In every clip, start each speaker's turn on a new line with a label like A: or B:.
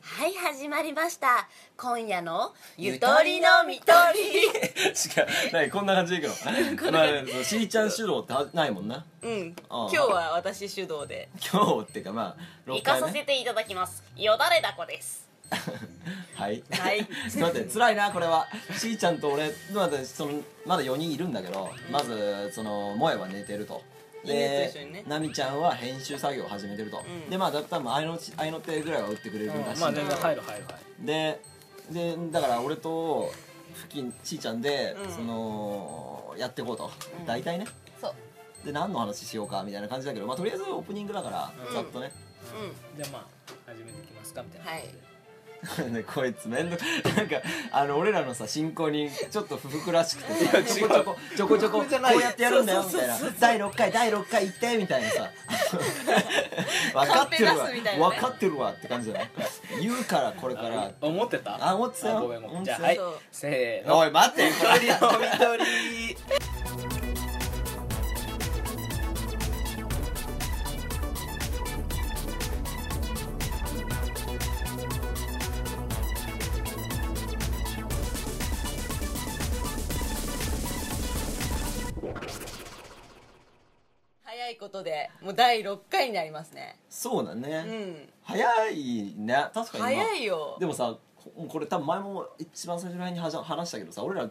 A: はい始まりました今夜のゆとりのみとり
B: 違う何こんな感じでいくの、まあ、そうしーちゃん主導ってはないもんな
C: うん
B: あ
C: 今日は私主導で
B: 今日っていうかまあ
A: 行
B: 6
A: か
B: 回
A: さ
B: ね
A: せていただきますよだれだこです
B: はい、
C: はい
B: ちょっと 待って辛いなこれはしーちゃんと俺まだそのまだ4人いるんだけど、まずその萌えは寝てると
C: 犬と一緒にね
B: なみちゃんは編集作業を始めてると、
C: うん
B: でまあだったら合いの合いの手ぐらいは打ってくれるんだしい、
D: まあ全然入る入る
B: ででだから俺と付近しーちゃんで、
C: うん
B: そのやっていこうと、
C: ん
B: 大体ね
C: そう
B: で何の話しようかみたいな感じだけど、まあ、とりあえずオープニングだから、
D: うん
B: ざっとね
C: うん
D: じゃあまあ始めていきますかみたいな
C: はい
B: ねこいつめんどくなんかあの俺らのさ進行にちょっと不服らしくて
D: いや違う
B: さちょこちょこちょここうやってやるんだよみたいな
C: そうそうそうそう
B: 第6回第6回行ってみたい なさ分かってる
C: カンペ
B: わ、
C: 出すみたいなね
B: 分かってるわって感じだね言うからこれから
D: あ思ってた
B: あ思ってたよ
D: あごめんごめ
B: うん
D: んじゃあはい
C: そう
D: せーの
B: おい待ってこれ でやっ
D: 緑
C: 早いことでもう第6回になりますね
B: そうだね、
C: うん
B: 早いね確かに今
C: 早いよ
B: でもさここれ多分前も一番最初らへんにはじゃ話したけどさ俺ら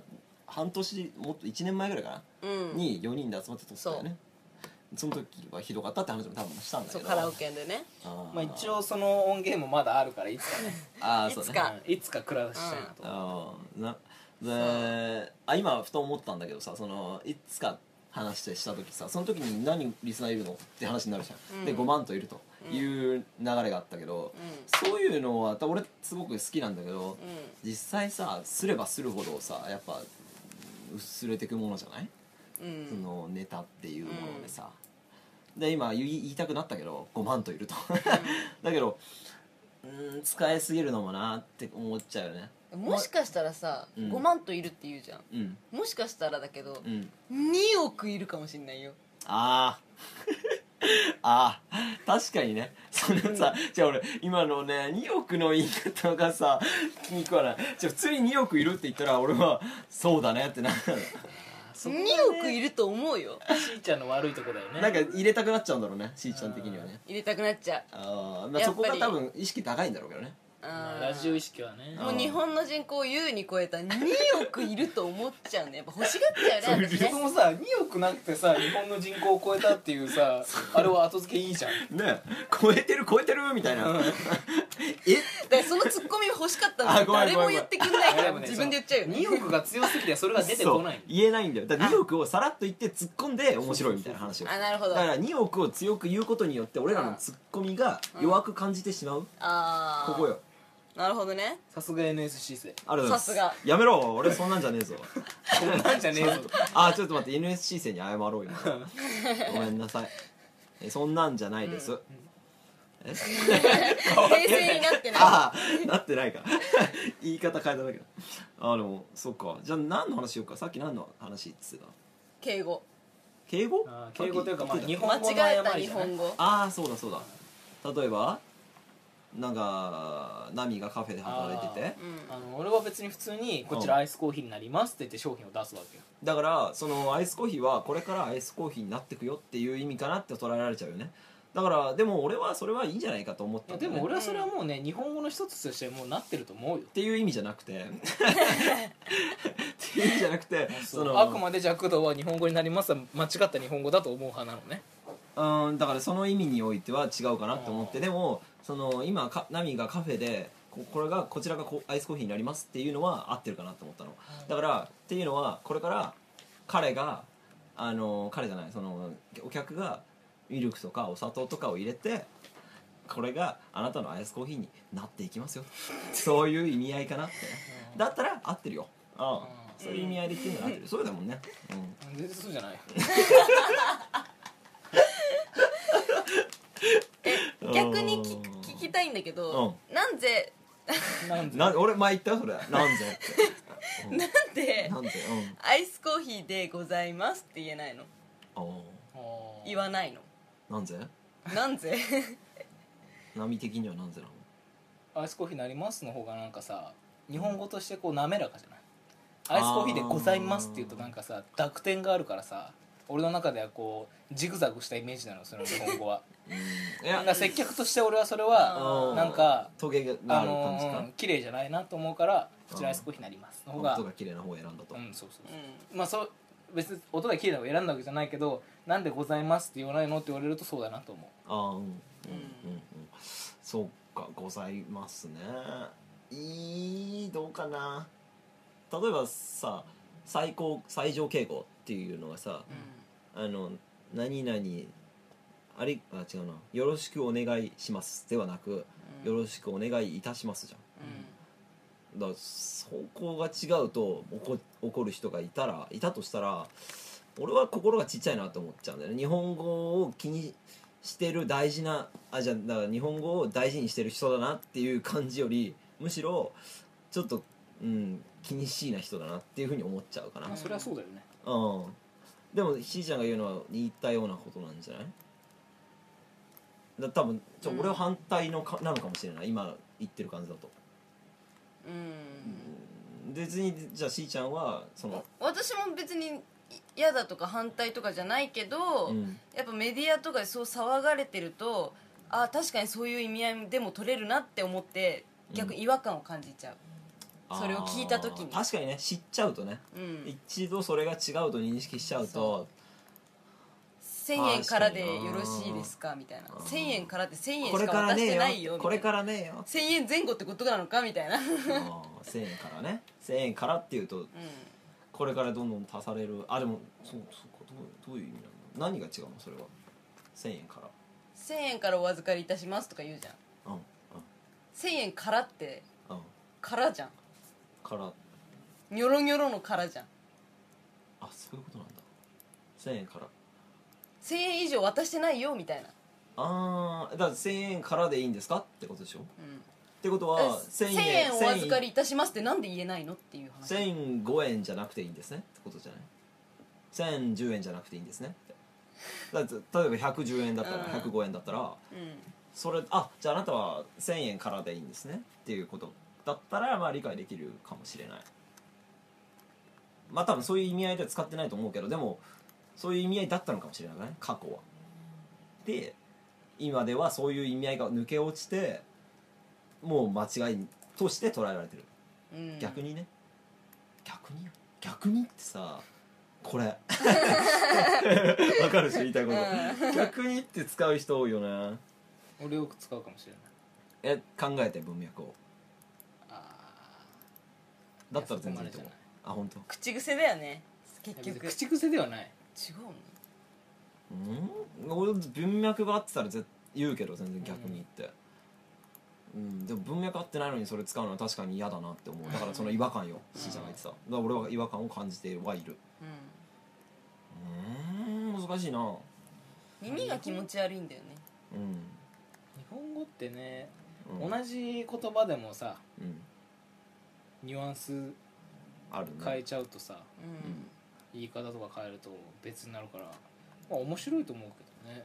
B: 半年もっと1年前ぐらいかな、
C: うん
B: に4人で集まって撮ったよねその時はひどかったって話も多分したんだ
C: そ
B: け
C: う
B: ど
C: カラオケでね
B: あー
D: まあ一応その音源もまだあるからいつかね
B: あー
C: いつ
B: そうね
C: か
D: うんいつか暮らしたいなと思
B: あーなであ今ふと思ったんだけどさそのいつか話してした時さその時に何リスナーいるのって話になるじゃん、
C: うん
B: で5万といるという流れがあったけど、そういうのは俺すごく好きなんだけど、
C: うん
B: 実際さすればするほどさやっぱ薄れてくものじゃない、
C: うんうん
B: そのネタっていうものでさ、で今言い言いたくなったけど5万といると だけどうん使いすぎるのもなって思っちゃうよね
C: もしかしたらさ、
B: うん
C: 5万といるって言うじゃん
B: うん
C: もしかしたらだけど
B: う、ん
C: 2億いるかもしんないよ
B: あー あー確かにねそのさじゃあ俺今のね2億の言い方がさ気に食わないじゃあ普通に2億いるって言ったら俺はそうだねってなる
D: う
C: 2億いると思うよ
D: しーちゃんの悪いとこだよね
B: なんか入れたくなっちゃうんだろうねしーちゃん的にはね
C: 入れたくなっちゃう
B: あー、まあ、
C: や
B: そ
C: っ
B: こ
C: ぱり
B: が多分意識高いんだろうけどね
D: ま
C: あ
D: あ
C: ー
D: ラジオ意識は ね
C: もう日本の人口を優に超えた2億いると思っちゃうねやっぱ欲しがっちゃうね私
D: そ
C: ね
D: もさ2億なくてさ日本の人口を超えたっていうさあれは後付けいいじゃん
B: ね超えてる 超えてるみたいな
C: だか
B: え
C: らそのツッコミ欲しかったの
B: あ
C: に
B: ごめんごめ
C: 誰
B: ん
C: も言ってくんないか
D: で
C: ら
D: もね
C: 自分で言っちゃうよね
D: 2億が強すぎてそれが出てこない
B: そう言えないんだよだから2億をさらっと言って突っ込んで面白いみたいな話を
C: あなるほど
B: だから2億を強く言うことによって俺らのツッコミが弱く感じてしまう、
C: ああ
B: ここよ
C: なるほどね
D: さすが NSC 生
B: ありがとうございます
C: さすが
B: やめろ俺そんなんじゃねえぞ
D: こんなんじゃねえぞ
B: あちょっと待って NSC 生に謝ろ う今ごめんなさいえそんなんじゃないです、え
C: 平成になってない
B: ああ なってないか言い方変えただけだあでもそっかじゃあ何の話しようかさっき何の話っつってた
C: 敬語
B: 敬語
D: あー敬語というかまあ
B: 言ってた
D: 日
C: 間
D: 本語の誤り
C: 違えた
D: じ
C: 日
D: ゃない
C: 本語
B: ああそうだそうだ例えばなんかナミがカフェで働いてて
C: うん
D: あの俺は別に普通にこちらアイスコーヒーになりますって言って商品を出すわけよ
B: だからそのアイスコーヒーはこれからアイスコーヒーになってくよっていう意味かなって捉えられちゃうよねだからでも俺はそれはいいんじゃないかと思っ
D: い
B: た
D: や
B: んだ
D: で
B: よね
D: も俺はそれはもうね日本語の一つとしてもうなってると思うよ
B: っていう意味じゃなく てっていう意味じゃなくてその
D: あくまで弱道は日本語になりますは間違った日本語だと思う派なのね
B: うんだからその意味においては違うかなって思っ
D: う
B: て
D: ん
B: でもその今かナミがカフェでここれがこちらがこうアイスコーヒーになりますっていうのは合ってるかなと思ったのだからっていうのはこれから彼があの彼じゃないそのお客がミルクとかお砂糖とかを入れてこれがあなたのアイスコーヒーになっていきますよそういう意味合いかなってだったら合ってるようんそういう意味合いで言ってるのは合ってるそうだもんねうん
D: 全然そうじゃないよ
C: 逆に聞く聞きたいんだけどなんで
D: なんで
B: な俺前言ったよそれなんぜって、うん
C: なんで
B: なんでうん
C: アイスコーヒーでございますって言えないの
B: あー
C: 言わないの
B: なんぜ
C: なんぜ
B: 波的にはなんぜなの
D: アイスコーヒーなりますの方がなんかさ日本語としてこう滑らかじゃないアイスコーヒーでございますって言うとなんかさ濁点があるからさ俺の中ではこうジグザグしたイメージなのその日本語は
B: い
D: な
B: や
D: んか接客として俺はそれ
B: う
D: はなんか
B: トゲがあ
D: あ
B: る感
D: の
B: じか、
D: ー綺麗じゃないなと思うからこち
B: うん
D: らアイスコーヒーなりますの方が
B: 音が綺麗な方を選んだと、
D: うんそうそうそう
C: うん
D: まあそう別に音が綺麗なのを選んだわけじゃないけどなんでございますって言わないのって言われるとそうだなと思う
B: ああうんうんうんうんそうかございますねいいどうかな例えばさ最高最上敬語っていうのがさ、あの何々あれあ違うな「よろしくお願いします」ではなく「よろしくお願いいたします」じゃんだからそこが違うと怒怒る人がいたらいたとしたら俺は心がちっちゃいなと思っちゃうんだよね日本語を気にしてる大事なあじゃあだから日本語を大事にしてる人だなっていう感じよりむしろちょっと、うん、気にしいな人だなっていうふうに思っちゃうかな、
D: まあそれはそうだよね
B: うんでもひーちゃんが言うのは言ったようなことなんじゃないだ多分ちょ
C: うん
B: 俺は反対のかなのかもしれない今言ってる感じだと
C: うん
B: 別にじゃあしーちゃんはその、
C: 私も別に嫌だとか反対とかじゃないけど、
B: うん
C: やっぱメディアとかでそう騒がれてるとああ確かにそういう意味合いでも取れるなって思って逆に違和感を感じちゃうそれを聞いた時に
B: あー確かにね知っちゃうとね、
C: うん、
B: 一度それが違うと認識しちゃうと
C: そ1000円からでよろしいですかみたいな
B: あー
C: 1000円からって1000円
B: こ
C: し
B: れ
C: か
B: から
C: 渡
B: ね
C: してな
B: え
C: いよ
B: よ
C: みたいな
B: これからねえよ
C: 1000円前後ってことなのかみたいな、うん、
B: あー1000円からね1000円からっていうとこれからどんどん足されるあでもそうそうかどうどういう意味なの何が違うのそれは1000円から
C: 1000円からお預かりいたしますとか言うじゃん
B: うんうん
C: 1000円からって
B: うん
C: からじゃん
B: から
C: ニョロニョロのからじゃん
B: あそういうことなんだ1000円から
C: 1000円以上渡してないよみたいな、
B: ああだから1000円からでいいんですかってことでしょっ
C: うん、
B: てこと
C: え
B: は
C: 1000円お預かり
B: 1000
C: いたしますってなんで言えないのっていう話
B: 円1005円じゃなくていいんですねってことじゃない1010円じゃなくていいんですねってだって例えば110円だったら
C: うん
B: 105円だったら
C: うん
B: それあじゃああなたは1000円からでいいんですねっていうことだったらまあ理解できるかもしれないまあ多分そういう意味合いでは使ってないと思うけどでもそういう意味合いだったのかもしれないね過去はで今ではそういう意味合いが抜け落ちてもう間違いとして捉えられてる
C: うん
B: 逆にね、逆に逆にってさこ れわかるし言いたいこと、逆にって使う人多いよね
D: 俺よく使うかもしれない
B: え考えて文脈を
D: あ
B: だったら全然いいと
D: そ
B: 思う
D: こまでじゃない
B: あ本当。
C: 口癖だよね結
D: ーいや別
C: 局
D: に
C: 違
D: 口癖ではない
C: の
D: う
B: うん俺文脈が合ってたら絶言うけど全然逆に言って、うんでも文脈合ってないのにそれ使うのは確かに嫌だなって思うだからその違和感よしーちゃんが言ってただから俺は違和感を感じてはいるうーん難しいな
C: うん耳が気持ち悪いんだよね
B: うん、
D: 日本語ってね、
B: うん
D: 同じ言葉でもさ
B: うん、
D: ニュアンス
B: ある
D: 変え
B: ね
D: ちゃうとさ、
C: うん
D: 言い方とか変えると別になるからまあ面白いと思うけどね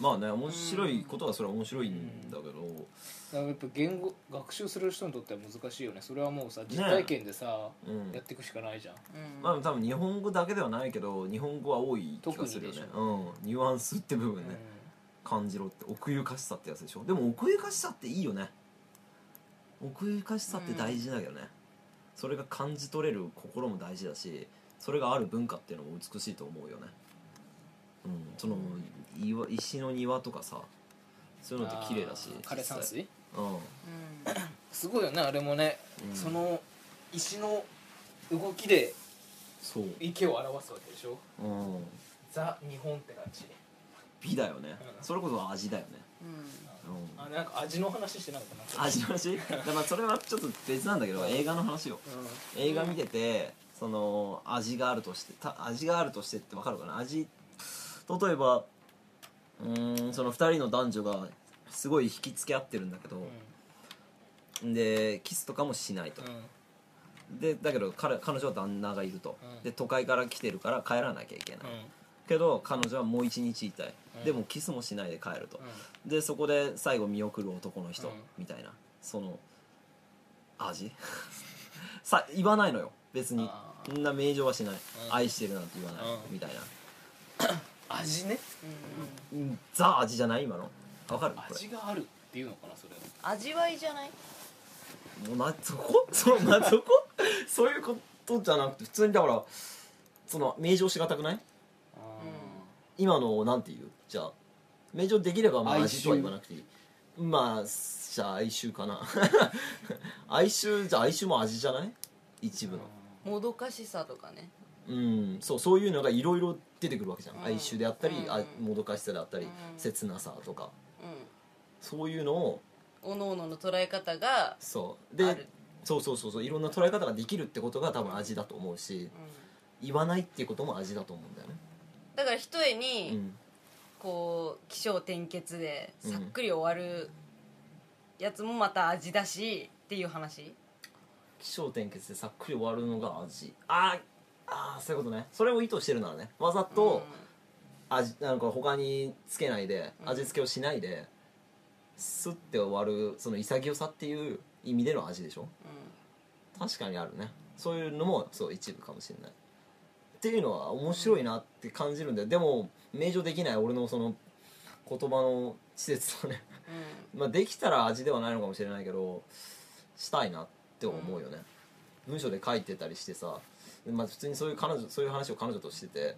B: まあね面白いことはそれは面白いんだけど、
D: だからやっぱ言語学習する人にとっては難しいよねそれはもうさ実体験でさ、
B: うん
D: やっていくしかないじゃん
C: うん
B: まあ多分日本語だけではないけど日本語は多い気がするよね
D: 特にでし
B: うん、ニュアンスって部分ね、感じろって奥ゆかしさってやつでしょでも奥ゆかしさっていいよね奥ゆかしさって大事だけどね、それが感じ取れる心も大事だしそれがある文化っていうのも美しいと思うよねうんその岩石の庭とかさそういうのって綺麗だし
D: あー枯山水
B: うん
D: すごいよねあれもね、
B: うん
D: その石の動きで
B: そう、
D: 池を表すわけでしょ
B: うん、
D: ザ日本って感じ
B: 美だよね
D: うん
B: それこそ味だよね、
C: うん
B: うん、
D: あなんか味の話してなかったなんか
B: 味の話だまあそれはちょっと別なんだけど映画の話よ映画見ててその味があるとしてた味があるとしてってわかるかな味例えばうーんその2人の男女がすごい引きつけ合ってるんだけど、でキスとかもしないと、
D: うんうん
B: でだけど彼彼女は旦那がいると、
D: うん
B: で都会から来てるから帰らなきゃいけない、
D: うん
B: けど彼女はもう一日いたい、
D: うん
B: でもキスもしないで帰ると
D: うん、
B: でそこで最後見送る男の人
D: うん
B: みたいな、その味 さ言わないのよ別に
D: あー
B: そんな名状はしない
D: うん
B: 愛してるなんて言わない
D: うん
B: みたいな
D: 味ね
B: うんザ味じゃない今のわかるこ
D: 味があるっていうのかなそれ
A: 味わいじゃない
B: れもうなそこ そのなそこそういうことじゃなくて普通にだからその名状しがたくない今のをなんて言うじゃあ名状できればまあ
D: 哀愁
B: 味とは言わなくていいまあじゃあ哀愁かな 哀愁じゃあ哀愁も味じゃない一部の
C: もどかしさとかね
B: うん、そうそういうのがいろいろ出てくるわけじゃん、
C: うん
B: 哀愁であったり、あ
C: うん
B: もどかしさであったり、
C: うん
B: 切なさとか
C: うん
B: そういうのを
C: おのおのの捉え方が
B: そう
C: あ
B: で
C: る
B: そうそうそうそういろんな捉え方ができるってことが多分味だと思う
C: う
B: し
C: ん
B: 言わないっていうことも味だと思うんだよね、
C: だからひとえ
B: う
C: に
B: ん、
C: こう起承転結で
B: うん
C: さっくり終わるやつもまた味だしっていう話
B: 起承転結でさっくり終わるのが味あーあーそういうことねそれを意図してるならねわざと味、なんか他につけないで
C: うん
B: 味付けをしないで、スッて終わるその潔さっていう意味での味でしょ
C: うんうん
B: 確かにあるねそういうのもそう一部かもしれないっていうのは面白いなって感じるんだよでも名状できない俺のその言葉の施設とね
C: う
B: まあできたら味ではないのかもしれないけどしたいなって思うよね、文章で書いてたりしてさ、まあ、普通にそういう彼女そういう話を彼女としてて、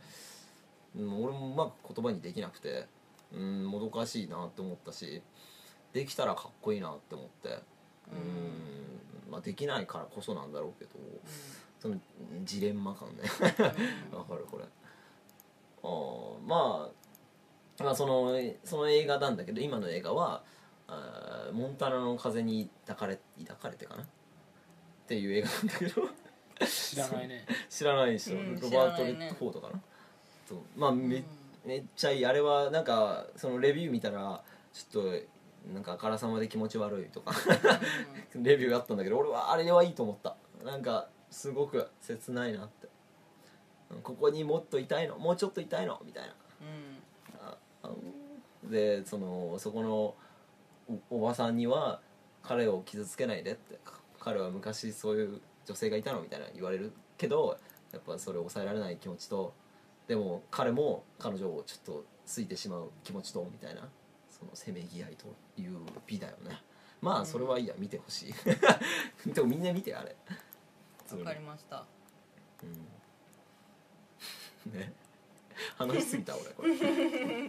B: うん、俺もうまく言葉にできなくてうんもどかしいなって思ったしできたらかっこいいなって思ってうん、まあ、できないからこそなんだろうけどそのジレンマ感ねわかるこれあーまあまあそのその映画なんだけど今の映画はあーモンタナの風に抱かれ抱かれてかなっていう映画なんだけど
D: 知らないね
B: 知らないでしょ、
C: うん
B: ロバート・
C: 知
B: レ
C: らないね
B: ッドフォードかなそうまあめ,、
C: うん
B: めっちゃいいあれはなんかそのレビュー見たらちょっとなんかあからさまで気持ち悪いとか レビューあったんだけど俺はあれはいいと思ったなんかすごく切ないなってうんここにもっといたいのもうちょっといたいのみたいな
C: うん
B: ああうんでそのそこのおおばさんには彼を傷つけないでってか彼は昔そういう女性がいたのみたいな言われるけどやっぱそれを抑えられない気持ちとでも彼も彼女をちょっと好いてしまう気持ちとみたいなそのせめぎ合いという美だよねまあそれはいいや見てほしい でもみんな見てあれ
C: わかりました
B: うんね話しすぎた俺これ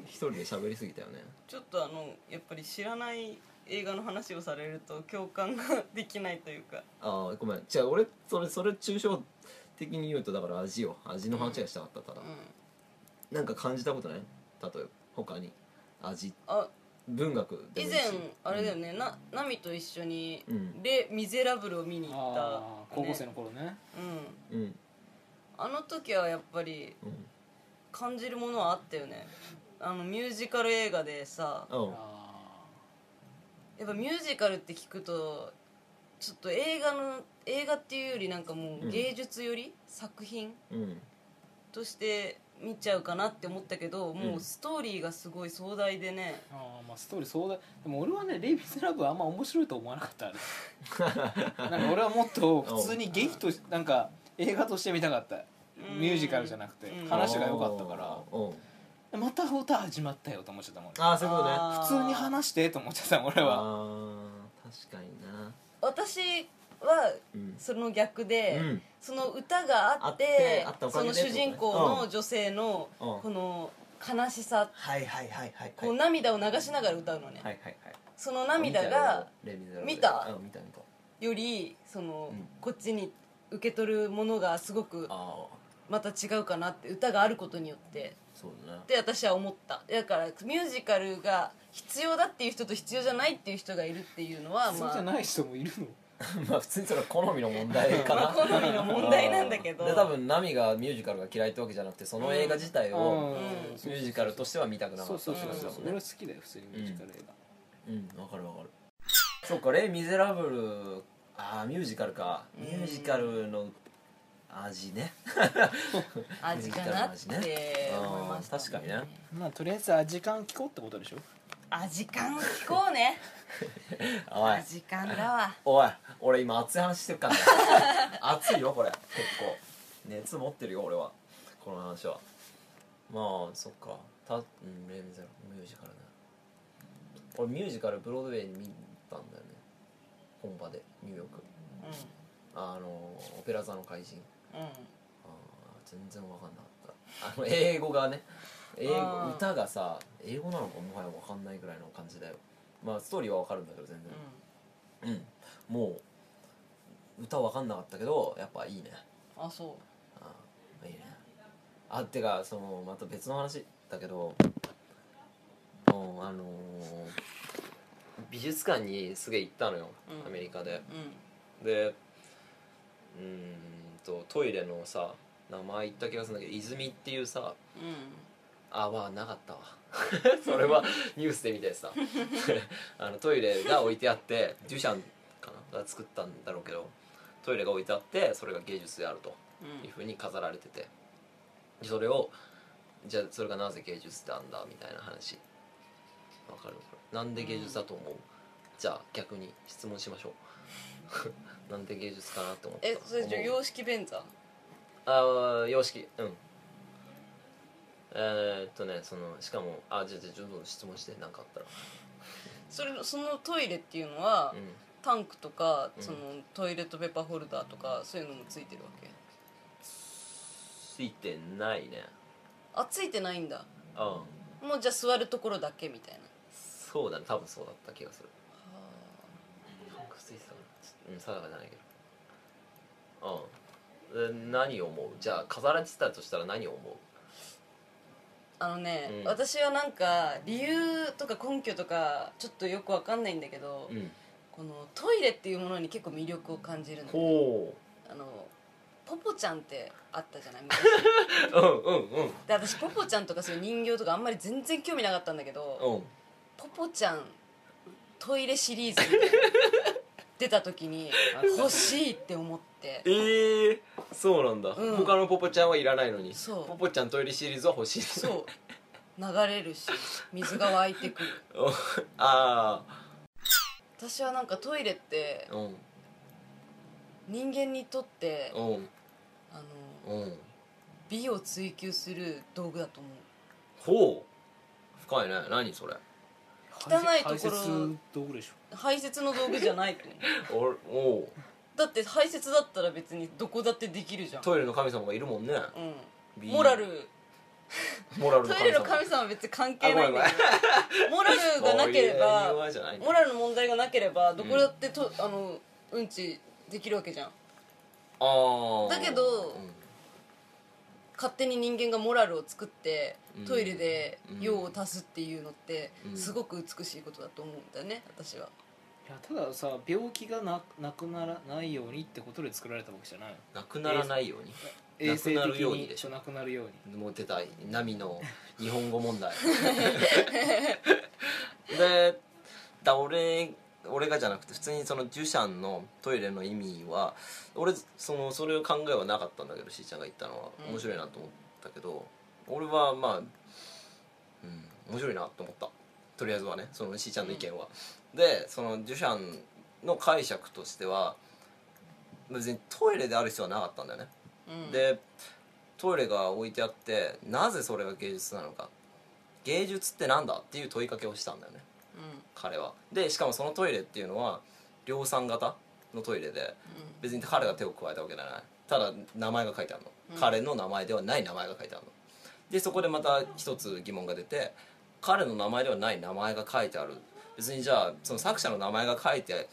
B: 一人で喋りすぎたよね
C: ちょっとあのやっぱり知らない映画の話をされると共感ができないというか
B: ああごめんじゃあ俺それそれ抽象的に言うとだから味を味の話がしたかったただ、
C: うん
B: なんか感じたことない例えば他に味
C: あ
B: 文学で
C: 以
B: もいい
C: 前
B: し
C: あれだよね、なナミと一緒に
B: う
C: 「
B: ん
C: レ・ミゼラブル」を見に 行った、
D: あー高校生
C: の、
D: の頃ね
C: うん、
B: うんうん
C: あの時はやっぱり
B: うん
C: 感じるものはあったよねあのミュージカル映画でさ
B: ああ
D: あ
C: やっぱミュージカルって聞くとちょっと映画の映画っていうよりなんかも
B: うん
C: う芸術より、作品
B: うん
C: として見ちゃうかなって思ったけどもうんうストーリーがすごい壮大でね、
D: ーあーまあストーリー壮大でも俺はね「レイ・ミゼラブル」はあんま面白いと思わなかったあれ なんか俺はもっと普通に劇としなんか映画として見たかった
C: うん
D: ミュージカルじゃなくて
C: うん
D: 話が良かったから
B: うんうん
D: また歌始まったよと思っちゃったもん
B: ああそういうことね
C: あー
D: 普通に話してと思っちゃったもん俺は
B: ああ確かにな
C: 私は
B: うん
C: その逆で、
B: うん
C: その歌があって
B: あってあったおか
C: そ
B: げ
C: の
B: でって
C: 主
B: ことね
C: 人公の女性の
B: うん
C: この悲しさ、
B: はいはいはいはい
C: こう涙を流しながら歌うのね、
B: はいはいはい
C: その涙が
B: レミゼラブル
C: 見た
B: うん見た見た
C: よりその、
B: うん
C: こっちに受け取るものがすごく
B: ああ
C: また違うかなって歌があることによって
B: そうだね
C: って私は思っただからミュージカルが必要だっていう人と必要じゃないっていう人がいるっていうのは
D: 普通
C: ま
D: じゃ
C: あ
D: ない人もいるの
B: まあ普通にそれは好みの問題かな
C: 好みの問題なんだけど
B: で多分ナミがミュージカルが嫌いってわけじゃなくてその映画自体を
D: うん
B: ミュージカルとしては見たくなかった
D: そうそうそう
B: って
D: そ
B: 感
D: う
B: じだもん
D: 俺
B: ね
D: は好きだよ普通にミュージカル映画
B: うんわかるわかるそっか「レ・ミゼラブル」ああミュージカルかミュージカルの味ね
C: 味かなって思いました、
B: あー確かにね
D: まあとりあえず味感聞こうってことでしょ
C: 味感聞こうね
B: おい
C: 味感だわ
B: おい俺今熱い話してるからね 熱いよこれ結構熱持ってるよ俺はこの話はまあそっかたうんレンゼロミュージカルね俺ミュージカルブロードウェイに見たんだよね本場でニューヨークあのオペラ座の怪人
C: うんうん
B: あー全然わかんなかったあの英語がね英
C: あ
B: 語
C: ー
B: 歌がさ英語なのかもはやわかんないぐらいの感じだよまあストーリーはわかるんだけど全然うん、もう歌わかんなかったけどやっぱいいね
C: あそ
B: あいいねあってかそのまた別の話だけどうんあのー美術館にすげえ行ったのよ、
C: うん
B: アメリカで
C: ううん
B: でうーんとトイレのさ名前言った気がするんだけど泉っていうさ
C: うん
B: あまあなかったわ それはニュースで見てさ あのトイレが置いてあってデュシャンかなが作ったんだろうけどトイレが置いてあってそれが芸術であると
C: うん
B: いうふうに飾られててでそれをじゃあそれがなぜ芸術なんだみたいな話わかるこれなんで芸術だと思う、じゃあ逆に質問しましょう なんで芸術かなって思った
C: えそれじゃあ
B: 思う
C: 様式便座
B: あー様式うんえー、っとねそのしかもあじゃあじゃあどんどん質問して何かあったら
C: それそのトイレっていうのは
B: うん
C: タンクとか
B: うん
C: そのトイレットペーパーホルダーとかそういうのもついてるわけ
B: ついてないね
C: あついてないんだ
B: うん
C: もうじゃあ座るところだけみたいな
B: そうだね多分そうだった気がするなんかついてたかなちょっとうん定かじゃないけどうんで何を思うじゃあ飾られてたとしたら何を思う
C: あのね、
B: うん
C: 私はなんか理由とか根拠とかちょっとよくわかんないんだけど、
B: うん
C: このトイレっていうものに結構魅力を感じるのね
B: ほ
C: あのポポちゃんってあったじゃない 昔
B: ううんうんうん
C: で私ポポちゃんとかそういう人形とかあんまり全然興味なかったんだけど
B: うん
C: ポポちゃんトイレシリーズみたいな出た時 に欲しいって思って
B: ええー、そうなんだ、
C: うん
B: 他のポポちゃんはいらないのに
C: そう
B: ポポちゃんトイレシリーズは欲しい
C: そう流れるし水が湧いてくる
B: うん あ
C: 私はなんかトイレって
B: あうん
C: 人間にとって
B: うん
C: あの
B: うん
C: 美を追求する道具だと思う
B: ほう深いね何それ
C: 汚いところ
D: 排泄どうでしょ
C: 排泄の道具じゃないと思う
B: おおう
C: だって排泄だったら別にどこだってできるじゃん、
B: トイレの神様がいるもんね
C: う
B: ビ
C: ん、
B: ー
C: モラル
B: モラル
C: トイレの神様は別に関係ないんだけどモラル
B: そういう
C: がなけれ
B: 理由は
C: ば
B: じゃないんだ
C: モラルの問題がなければどこだってと、あのうんちできるわけじゃん
B: あー
C: だけど
B: うん
C: 勝手に人間がモラルを作って
B: うん
C: トイレで用を足すっていうのって
B: うん
C: すごく美しいことだと思うんだよね私は
D: ういやたださ病気がななくならないようにってことで作られたわけじゃないの
B: なくならないように、
D: 衛生
B: なくな
D: 的
B: るようにで
D: に
B: しょ
D: なくなるように
B: もう出た波の日本語 問題でだ俺俺がじゃなくて普通にそのジュシャンのトイレの意味は俺そのそれを考えはなかったんだけどしーちゃんが言ったのは
C: うん
B: 面白いなと思ったけど、俺はまあ、うん、面白いなと思ったとりあえずはねそのしーちゃんの意見は、でそのジュシャンの解釈としては別にトイレである必要はなかったんだよね
C: うん
B: でトイレが置いてあってなぜそれが芸術なのか芸術ってなんだっていう問いかけをしたんだよね
C: う
B: 彼はでしかもそのトイレっていうのは量産型のトイレで別に彼が手を加えたわけじゃないただ名前が書いてある
C: う
B: の、
C: ん
B: 彼の名前ではない名前が書いてあるのでそこでまた一つ疑問が出て彼の名前ではない名前が書いてある別にじゃあその作者の名前が書いて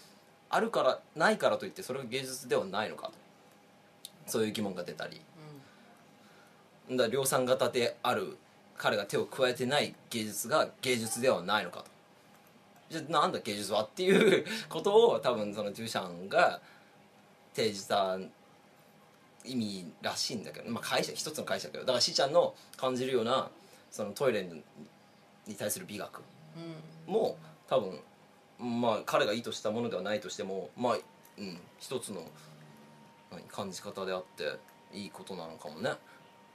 B: あるからないからといってそれが芸術ではないのかとそういう疑問が出たりだから量産型である彼が手を加えてない芸術が芸術ではないのかとじゃあなんだ芸術はっていうことを多分そのデュシャンが提示した意味らしいんだけど、まあ、解釈一つの解釈よだからしーちゃんの感じるようなそのトイレに対する美学
C: んうん
B: も多分まあ彼が意図したものではないとしてもまあうん一つの何感じ方であっていいことなのかもね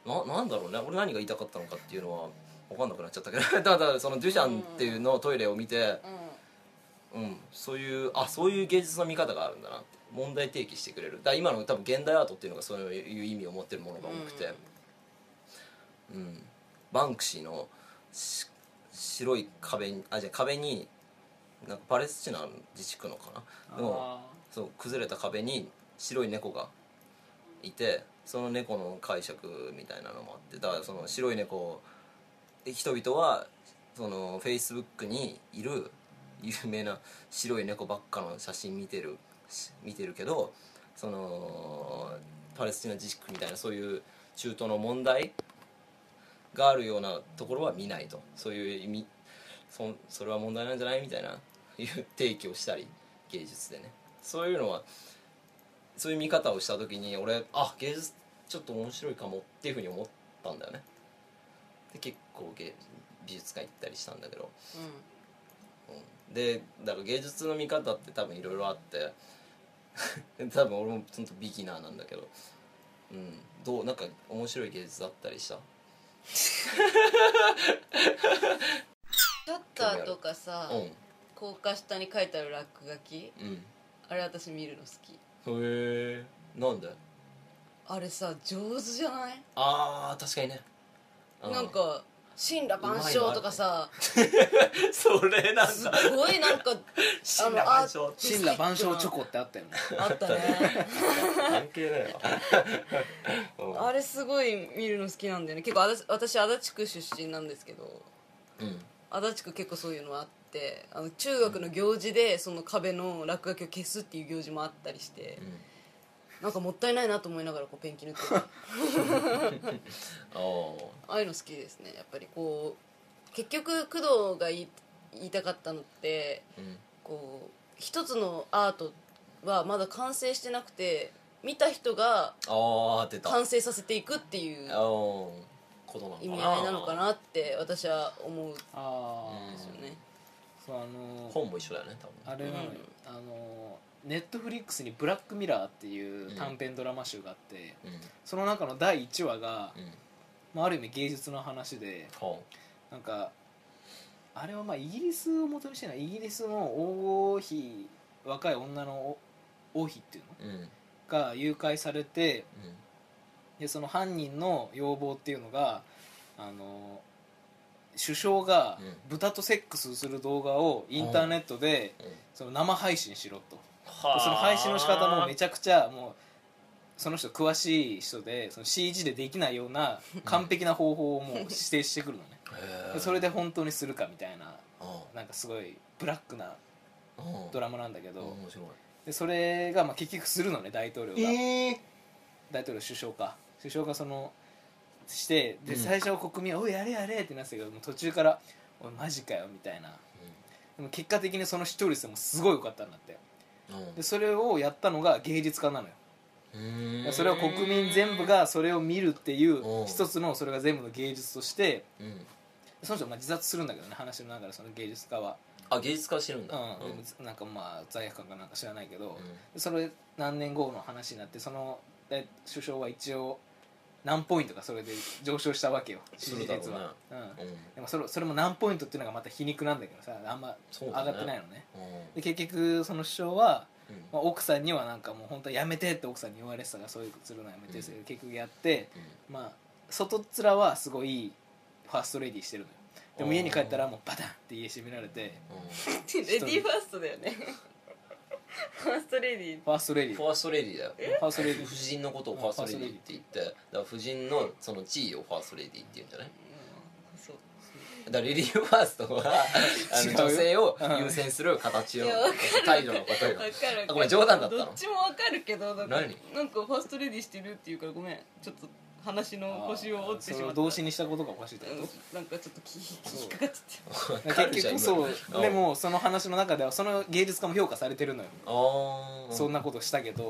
B: ななんだろうね俺何が言いたかったのか っていうのは分かんなくなっちゃったけどただからそのデュシャンっていうのをトイレを見て
C: うん
B: ううん、そういうあそういう芸術の見方があるんだなって問題提起してくれるだから今の多分現代アートっていうのがそういう意味を持ってるものが多くて、うんバンクシーのし白い壁にあじゃあ壁になんかパレスチナ自治区のかなの
D: あ
B: そう崩れた壁に白い猫がいてその猫の解釈みたいなのもあってだからその白い猫をで人々はそのフェイスブックにいる有名な白い猫ばっかの写真見てるし見てるけどそのパレスチナ自治区みたいなそういう中東の問題があるようなところは見ないとそういう意味そんそれは問題なんじゃないみたいないう提起をしたり芸術でねそういうのはそういう見方をした時に俺あ芸術ちょっと面白いかもっていうふうに思ったんだよね。で結構芸美術館行ったりしたんだけど、うんでだから芸術の見方って多分いろいろあって 多分俺もちょっとビギナーなんだけど、うん、どうなんか面白い芸術だったりした
C: シャッターとかさ
B: うん
C: 高架下に書いてある落書き
B: うん
C: あれ私見るの好き
B: へえなんで
C: あれさ上手じゃない
B: あー確かにねうん
C: なんか「神羅万象」とかさ
B: それなん
C: す
B: だ
C: ごい なんかあのアーティ
D: ー神羅万象チョコってあったよね
C: あったね
B: 関係ないわうん
C: あれすごい見るの好きなんだよね結構私私足立区出身なんですけど
B: うん
C: 足立区結構そういうのあってあの中学の行事でその壁の落書きを消すっていう行事もあったりして
B: うん
C: なんかもったいないなと思いながらこうペンキ塗ってた
B: あー
C: ああいうの好きですねやっぱりこう結局工藤が言い言いたかったのって
B: うん
C: こう一つのアートはまだ完成してなくて見た人が
B: あー出た
C: 完成させていくっていう
B: あーことなのかな
C: 意味合いなのかなって私は思うんで
D: ああ、
B: うん
C: すよね
D: そうあの
B: 本も一緒だよね多
D: あ
B: 分
D: れなのよ、あのネットフリックスに「ブラックミラー」っていう短編ドラマ集があって、
B: うん
D: その中の第1話が、
B: うん
D: まあ、ある意味芸術の話で
B: ほ
D: なんかあれはまあイギリスを元にしてないイギリスの黄金妃若い女の王王妃っていうの
B: ううんうん
D: が誘拐されてでその犯人の要望っていうのがあの首相が
B: うん
D: 豚とセックスする動画をインターネットで
B: うん
D: その生配信しろと
B: は
D: でその配信の仕方もめ
B: ち
D: ちゃくちゃもうその人詳しい人でその CG でできないような完璧な方法をもう指定してくるのねで
B: ゃ
D: それで本当にするかみたいな
B: ド
D: なんかすごいブラックなドラマなんだけど
B: 面白い
D: でそれがまあ結局するのね大統領が
B: え
D: 大統領首相か首相がそのしてで
B: うん
D: 最初は国民は「おいやれやれ」ってなってたけどもう途中から「おいマジかよ」みたいなでも結果的にその視聴率もすごい良かったんだってでそれをやったのが芸術家なのよ
B: うん
D: それを国民全部がそれを見るってい
B: うん
D: う一つのそれが全部の芸術として
B: うん
D: その人まあ自殺するんだけどね話の中でその芸術家は、
B: あ芸術家してるんだ
D: うん
B: うん
D: でもなんかまあ罪悪感かなんか知らないけど
B: う、ん
D: それ何年後の話になってその大首相は一応何ポイントかそれで上昇したわけよ支持率はう、ん、
B: うん
D: でもそれそれも何ポイントっていうのがまた皮肉なんだけどさあんま
B: そう
D: 上
B: だね
D: がってないのね
B: うん
D: で結局その首相は、
B: うん
D: まあ、奥さんにはなんかもう本当はやめてって奥さんに言われてたからそういうことするのはやめてって、
B: うん
D: 結局やって
B: うん
D: まあ外っ面はすごいファーストレディーしてるのよでも家に帰ったらもうバタンって家閉められて
B: う
C: レディーファーストだよねファーストレディー
D: ファーストレデ
B: ん
D: ィー
B: フ
D: フ
B: ァーストレディーだよ
D: ァーストレディー
B: 夫人のことをファーストレディーって言ってだから夫人のその地位をファーストレディーって言うんじゃない
C: そう
B: だからレディーファーストはあ
D: 違う
B: の
D: よ
B: 女性を優先する形を
C: いやわかる
B: 態度のこと よ
C: わかる
B: あごめん冗談だったの
C: どっちもわかるけどなんか
B: 何
C: なんかファーストレディーしてるっていうからごめんちょっと話の腰を折ってしま
D: そ
C: っ
D: れ
C: た
D: を動詞にしたことがおかしいってこと
C: うんなんかちょっとき
D: そう
C: 引っかかっちゃっ
D: 結局そ
B: 今
D: うでもその話の中ではその芸術家も評価されてるのよ、
B: ああ
D: そんなことしたけ
B: う
D: ど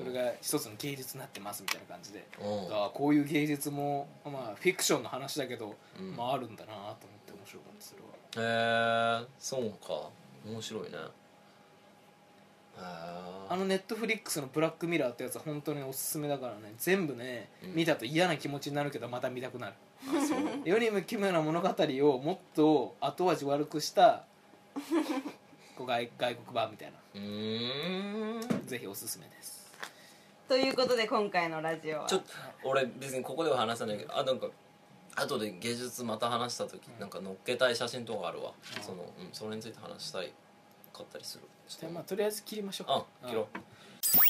B: ん
D: それが一つの芸術になってますみたいな感じで、
B: うん
D: ああこういう芸術も、まあ、フィクションの話だけど、
B: うん
D: まあ、あるんだなと思って面白かったそれは
B: へえそうか面白いねへ
D: あ
B: え
D: のネットフリックスの「ブラックミラー」ってやつは本当におすすめだからね全部ね、
B: うん
D: 見たと嫌な気持ちになるけどまた見たくなる 世にも奇妙な物語をもっと後味悪くしたこう外外国版みたいな
B: うーん
D: ぜひおすすめです
C: ということで今回のラジオは
B: ちょっと俺別にここでは話さないけどあなんか後で芸術また話した時なんか載っけたい写真とかあるわ、その、うん、それについて話したいかったりするちょ
D: じゃ
B: っ
D: あ
B: と
D: まあとりあえず切りましょう
B: あ
D: か
B: 切ろう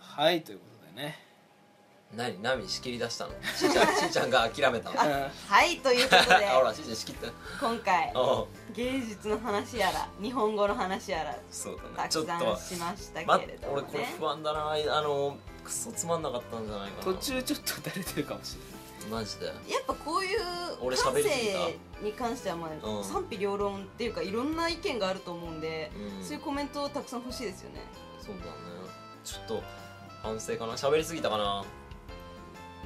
D: はいということでね
B: 何何仕切り出したのしーちゃん しーちゃんが諦めた の
C: はいということで
B: ほらしーちゃん仕切った
C: 今回
B: あ
C: 芸術の話やら日本語の話やら
B: そうだ
C: た
B: ね
C: く
B: ちょ
C: さ
B: っ
C: ん
B: と
C: しました
B: ま
C: けれども
B: 俺
C: ね、
B: これ不安だなあのクソつまんなかったんじゃないか
D: 途
B: な
D: 中ちょっと垂れてるかもし
B: マジで
C: やっぱこういう
B: 俺
C: 感
B: 喋りすぎた
C: 性に関してはま
B: うん
C: あ賛否両論っていうかいろんな意見があると思うんで、
B: うん
C: そういうコメントをたくさん欲しいですよね
B: そうだねちょっと反省かな喋りすぎたかな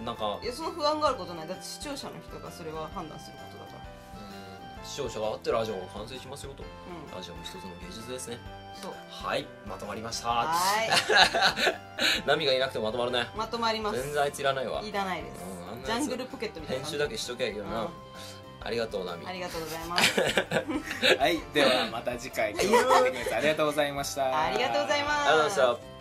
B: なんか
C: いやその不安があることないだって視聴者の人がそれは判断することだから
B: うん視聴者が合ってるラジオを完成しますよと
C: う
B: ラジオも一つの芸術ですね
C: んそう
B: はいまとまりました
C: はー
B: 波がいなくてもまとまるね
C: いまとまります
B: 全然あいついらないわ
C: いらないです
B: うんあんな
C: ジャ
B: やつ
C: ングルポケットみたいな
B: 編
C: 感
B: 集
C: じ
B: だけしとけやけどな、
C: うん
B: ありがとう波
C: ありがとうございます
D: れないはいではまた次回聞いてくださいありがとうございました
C: ありがとうござい
B: ありがとう
C: ま
B: ご
C: す
B: ざいました